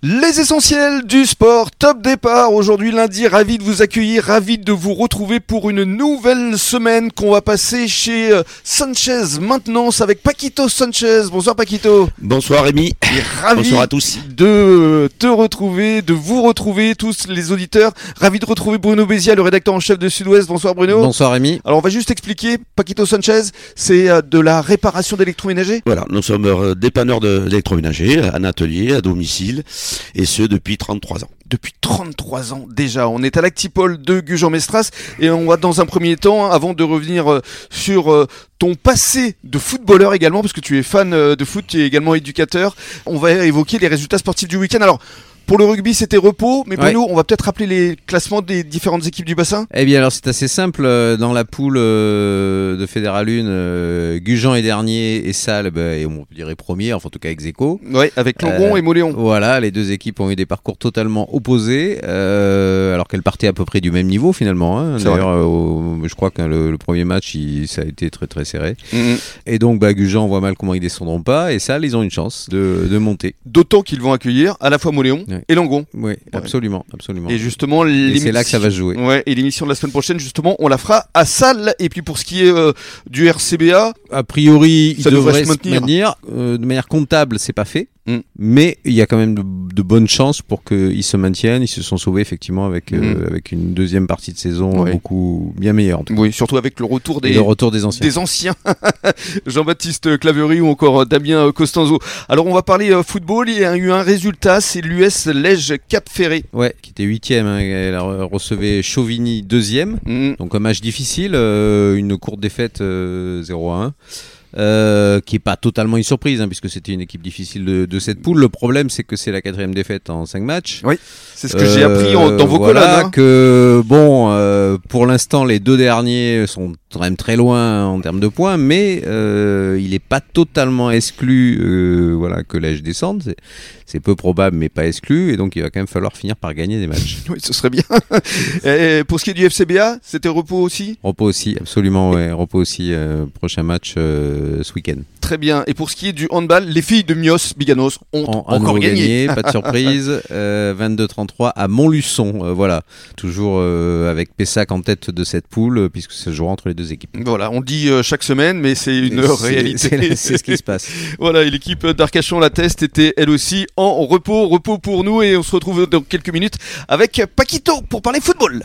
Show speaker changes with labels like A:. A: Les essentiels du sport, top départ aujourd'hui lundi, ravi de vous accueillir, ravi de vous retrouver pour une nouvelle semaine qu'on va passer chez euh, Sanchez Maintenance avec Paquito Sanchez. Bonsoir Paquito,
B: Bonsoir Rémi,
A: ravi
B: bonsoir à tous.
A: de euh, te retrouver, de vous retrouver tous les auditeurs, ravi de retrouver Bruno Bézia, le rédacteur en chef de Sud-Ouest. Bonsoir Bruno.
C: Bonsoir Rémi.
A: Alors on va juste expliquer, Paquito Sanchez, c'est euh, de la réparation d'électroménager
B: Voilà, nous sommes euh, dépanneurs de- d'électroménager, un atelier, à domicile, et ce depuis 33 ans.
A: depuis 33 ans déjà. On est à l'Actipole de Gujan-Mestras et on va dans un premier temps, hein, avant de revenir euh, sur euh, ton passé de footballeur également, parce que tu es fan euh, de foot, tu es également éducateur, on va évoquer les résultats sportifs du week-end. Alors, pour le rugby, c'était repos, mais
C: Ouais.
A: Bruno, on va peut-être rappeler les classements des différentes équipes du bassin.
C: Eh bien alors c'est assez simple, euh, dans la poule euh, de Fédéralune, euh, Gujan est dernier et Salbe et on dirait premier, enfin en tout cas ex aequo.
A: Ouais, avec Longon
C: Euh,
A: et Moléon.
C: Voilà, les deux équipes ont eu des parcours totalement opposés, euh, alors qu'elles partaient à peu près du même niveau finalement. hein.
A: C'est vrai.
C: D'ailleurs, euh, au- je crois que le, le premier match, il- ça a été très très serré. Et donc, bah, Gujan, on voit mal comment ils descendront pas, et Salbe, ils ont une chance de, de monter.
A: D'autant qu'ils vont accueillir à la fois Moléon
C: Ouais.
A: et Langon.
C: Oui, absolument, absolument.
A: Et justement,
C: Et c'est
A: l'émission-
C: là que ça va se jouer.
A: Ouais, et l'émission de la semaine prochaine, justement, on la fera à Salle. Et puis pour ce qui est euh, du RCBA,
C: a priori, il
A: Ça devrait
C: devrait
A: se
C: se
A: maintenir.
C: maintenir. Euh, de manière comptable, c'est pas fait.
A: Mm.
C: Mais il y a quand même de, de bonnes chances pour qu'ils se maintiennent. Ils se sont sauvés effectivement avec, euh, avec une deuxième partie de saison
A: Mm. Ouais.
C: beaucoup bien meilleure. En tout cas.
A: Oui, surtout avec le retour
C: Et
A: des,
C: le retour des anciens.
A: des anciens. Jean-Baptiste Clavery ou encore euh, Damien Costanzo. Alors, on va parler euh, football. Il y a eu un résultat, c'est l'US Lège Cap Ferré.
C: Ouais, qui était huitième. hein. Elle a re- recevait Chauvigny deuxième.
A: Mm.
C: Donc un match difficile, euh, une courte défaite euh, 0 à 1. euh, qui est pas totalement une surprise hein, puisque c'était une équipe difficile de, de cette poule. Le problème c'est que c'est la quatrième défaite en cinq matchs.
A: C'est ce que j'ai appris en- dans vos
C: Euh, voilà
A: colonnes. hein.
C: que bon, euh, pour l'instant, les deux derniers sont quand même très loin en termes de points, mais euh, il n'est pas totalement exclu euh, voilà, que l'âge descende. C'est- C'est peu probable, mais pas exclu, et donc il va quand même falloir finir par gagner des matchs.
A: Oui, ce serait bien. Et pour ce qui est du FCBA, c'était repos aussi.
C: repos aussi, absolument, ouais, repos aussi, euh, prochain match euh, ce week-end.
A: Très bien. Et pour ce qui est du handball, les filles de Mios Biganos ont
C: En- à
A: encore
C: nouveau
A: gagné.
C: gagné, pas de surprise. euh, 22-33 à Montluçon, euh, voilà. Toujours euh, avec Pessac en tête de cette poule, euh, puisque ça se jouera entre les deux équipes.
A: Voilà, on le dit euh, chaque semaine, mais c'est une
C: Et c'est-
A: réalité.
C: c'est- C'est ce qui se passe.
A: Voilà, et l'équipe d'Arcachon La Teste était elle aussi en repos, repos pour nous et on se retrouve dans quelques minutes avec Paquito pour parler football.